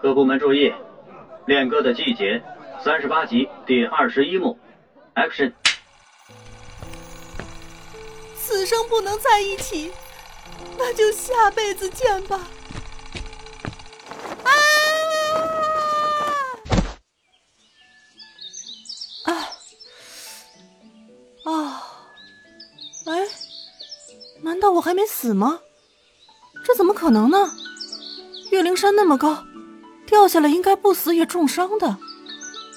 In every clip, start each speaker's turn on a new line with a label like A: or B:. A: 各部门注意，《恋歌的季节》三十八集第二十一幕，Action！
B: 此生不能在一起，那就下辈子见吧。啊！啊！啊！哎，难道我还没死吗？这怎么可能呢？岳灵山那么高，掉下来应该不死也重伤的。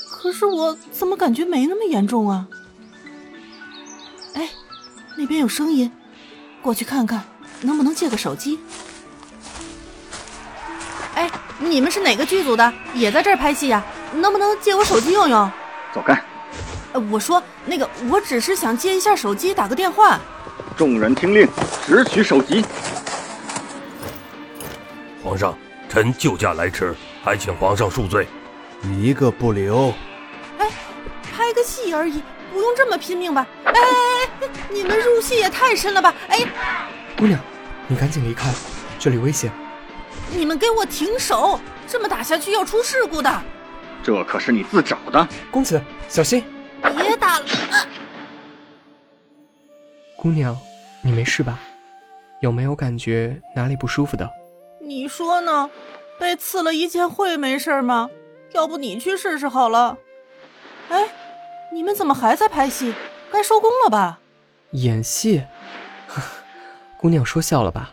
B: 可是我怎么感觉没那么严重啊？哎，那边有声音，过去看看能不能借个手机。哎，你们是哪个剧组的？也在这儿拍戏呀、能不能借我手机用用？
C: 走开！
B: 呃我说那个，我只是想借一下手机打个电话。
C: 众人听令，直取首级。
D: 皇上，臣救驾来迟，还请皇上恕罪。
E: 一个不留。
B: 哎拍个戏而已，不用这么拼命吧？哎哎哎，你们入戏也太深了吧！哎，
F: 姑娘，你赶紧离开，这里危险。
B: 你们给我停手！这么打下去要出事故的！
C: 这可是你自找的。
F: 公子，小心！
B: 别打了！
F: 姑娘，你没事吧？有没有感觉哪里不舒服的？
B: 你说呢？被刺了一剑会没事吗？要不你去试试好了。哎，你们怎么还在拍戏？该收工了吧？
F: 演戏？姑娘说笑了吧？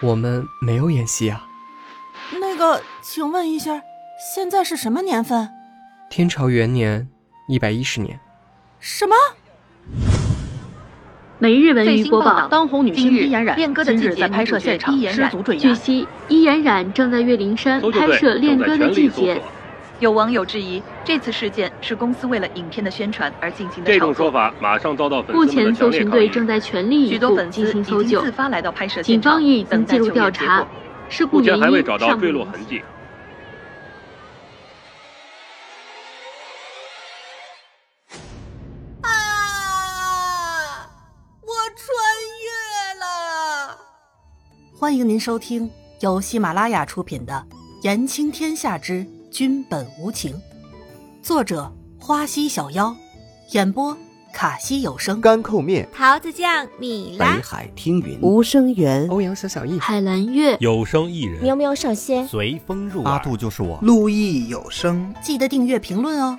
F: 我们没有演戏啊。
B: 那个，请问一下，现在是什么年份？
F: 天朝元年，一百一十年。
B: 什么？
G: 每日文
H: 最
G: 娱
H: 新
G: 播
H: 报
G: 报
H: 道，。当红女星
G: 今日
H: 伊嫣然
G: 恋歌的季
H: 今
G: 节
H: 日在拍摄现场
G: 女主角伊嫣
H: 失
G: 然
H: 足坠
G: 据
H: 崖。
G: 悉，伊嫣然正在岳灵山拍摄《恋歌的季节》。
H: 有网友质疑，这次事件是公司为了影片的宣传而进行的
I: 这
H: 炒
I: 种说
H: 作。
I: 法马上遭到粉
G: 目
I: 丝们的强
G: 前，搜
I: 烈
G: 寻
I: 抗
G: 队
I: 议。
G: 正在全力以
H: 许多
G: 赴
H: 粉
G: 进
H: 丝
G: 行
H: 已
G: 搜
H: 经
G: 救
H: 自，发来到拍摄
G: 警
H: 现场
G: 方，也已经
H: 等待
G: 介入
H: 救
G: 调
H: 援结
G: 查
H: 果。
G: 事故
I: 目
G: 原
I: 前
G: 因
I: 还未找到
G: 尚不
I: 坠
G: 明
I: 落
G: 确
I: 痕迹。
B: 啊！我穿越了！欢迎您收听由喜马拉雅出品的《言情天下之君本无情》，作者花溪小妖，演播卡西有声。
E: 干扣面，
J: 桃子酱米拉
K: 北，海听云，
L: 无声源，
F: 欧阳小小易，
G: 海蓝月
D: 有声艺人
J: 喵喵上仙，
K: 随风入
E: 阿
K: 耳。
E: 杜就是我。
K: 陆毅有声，
B: 记得订阅评论哦。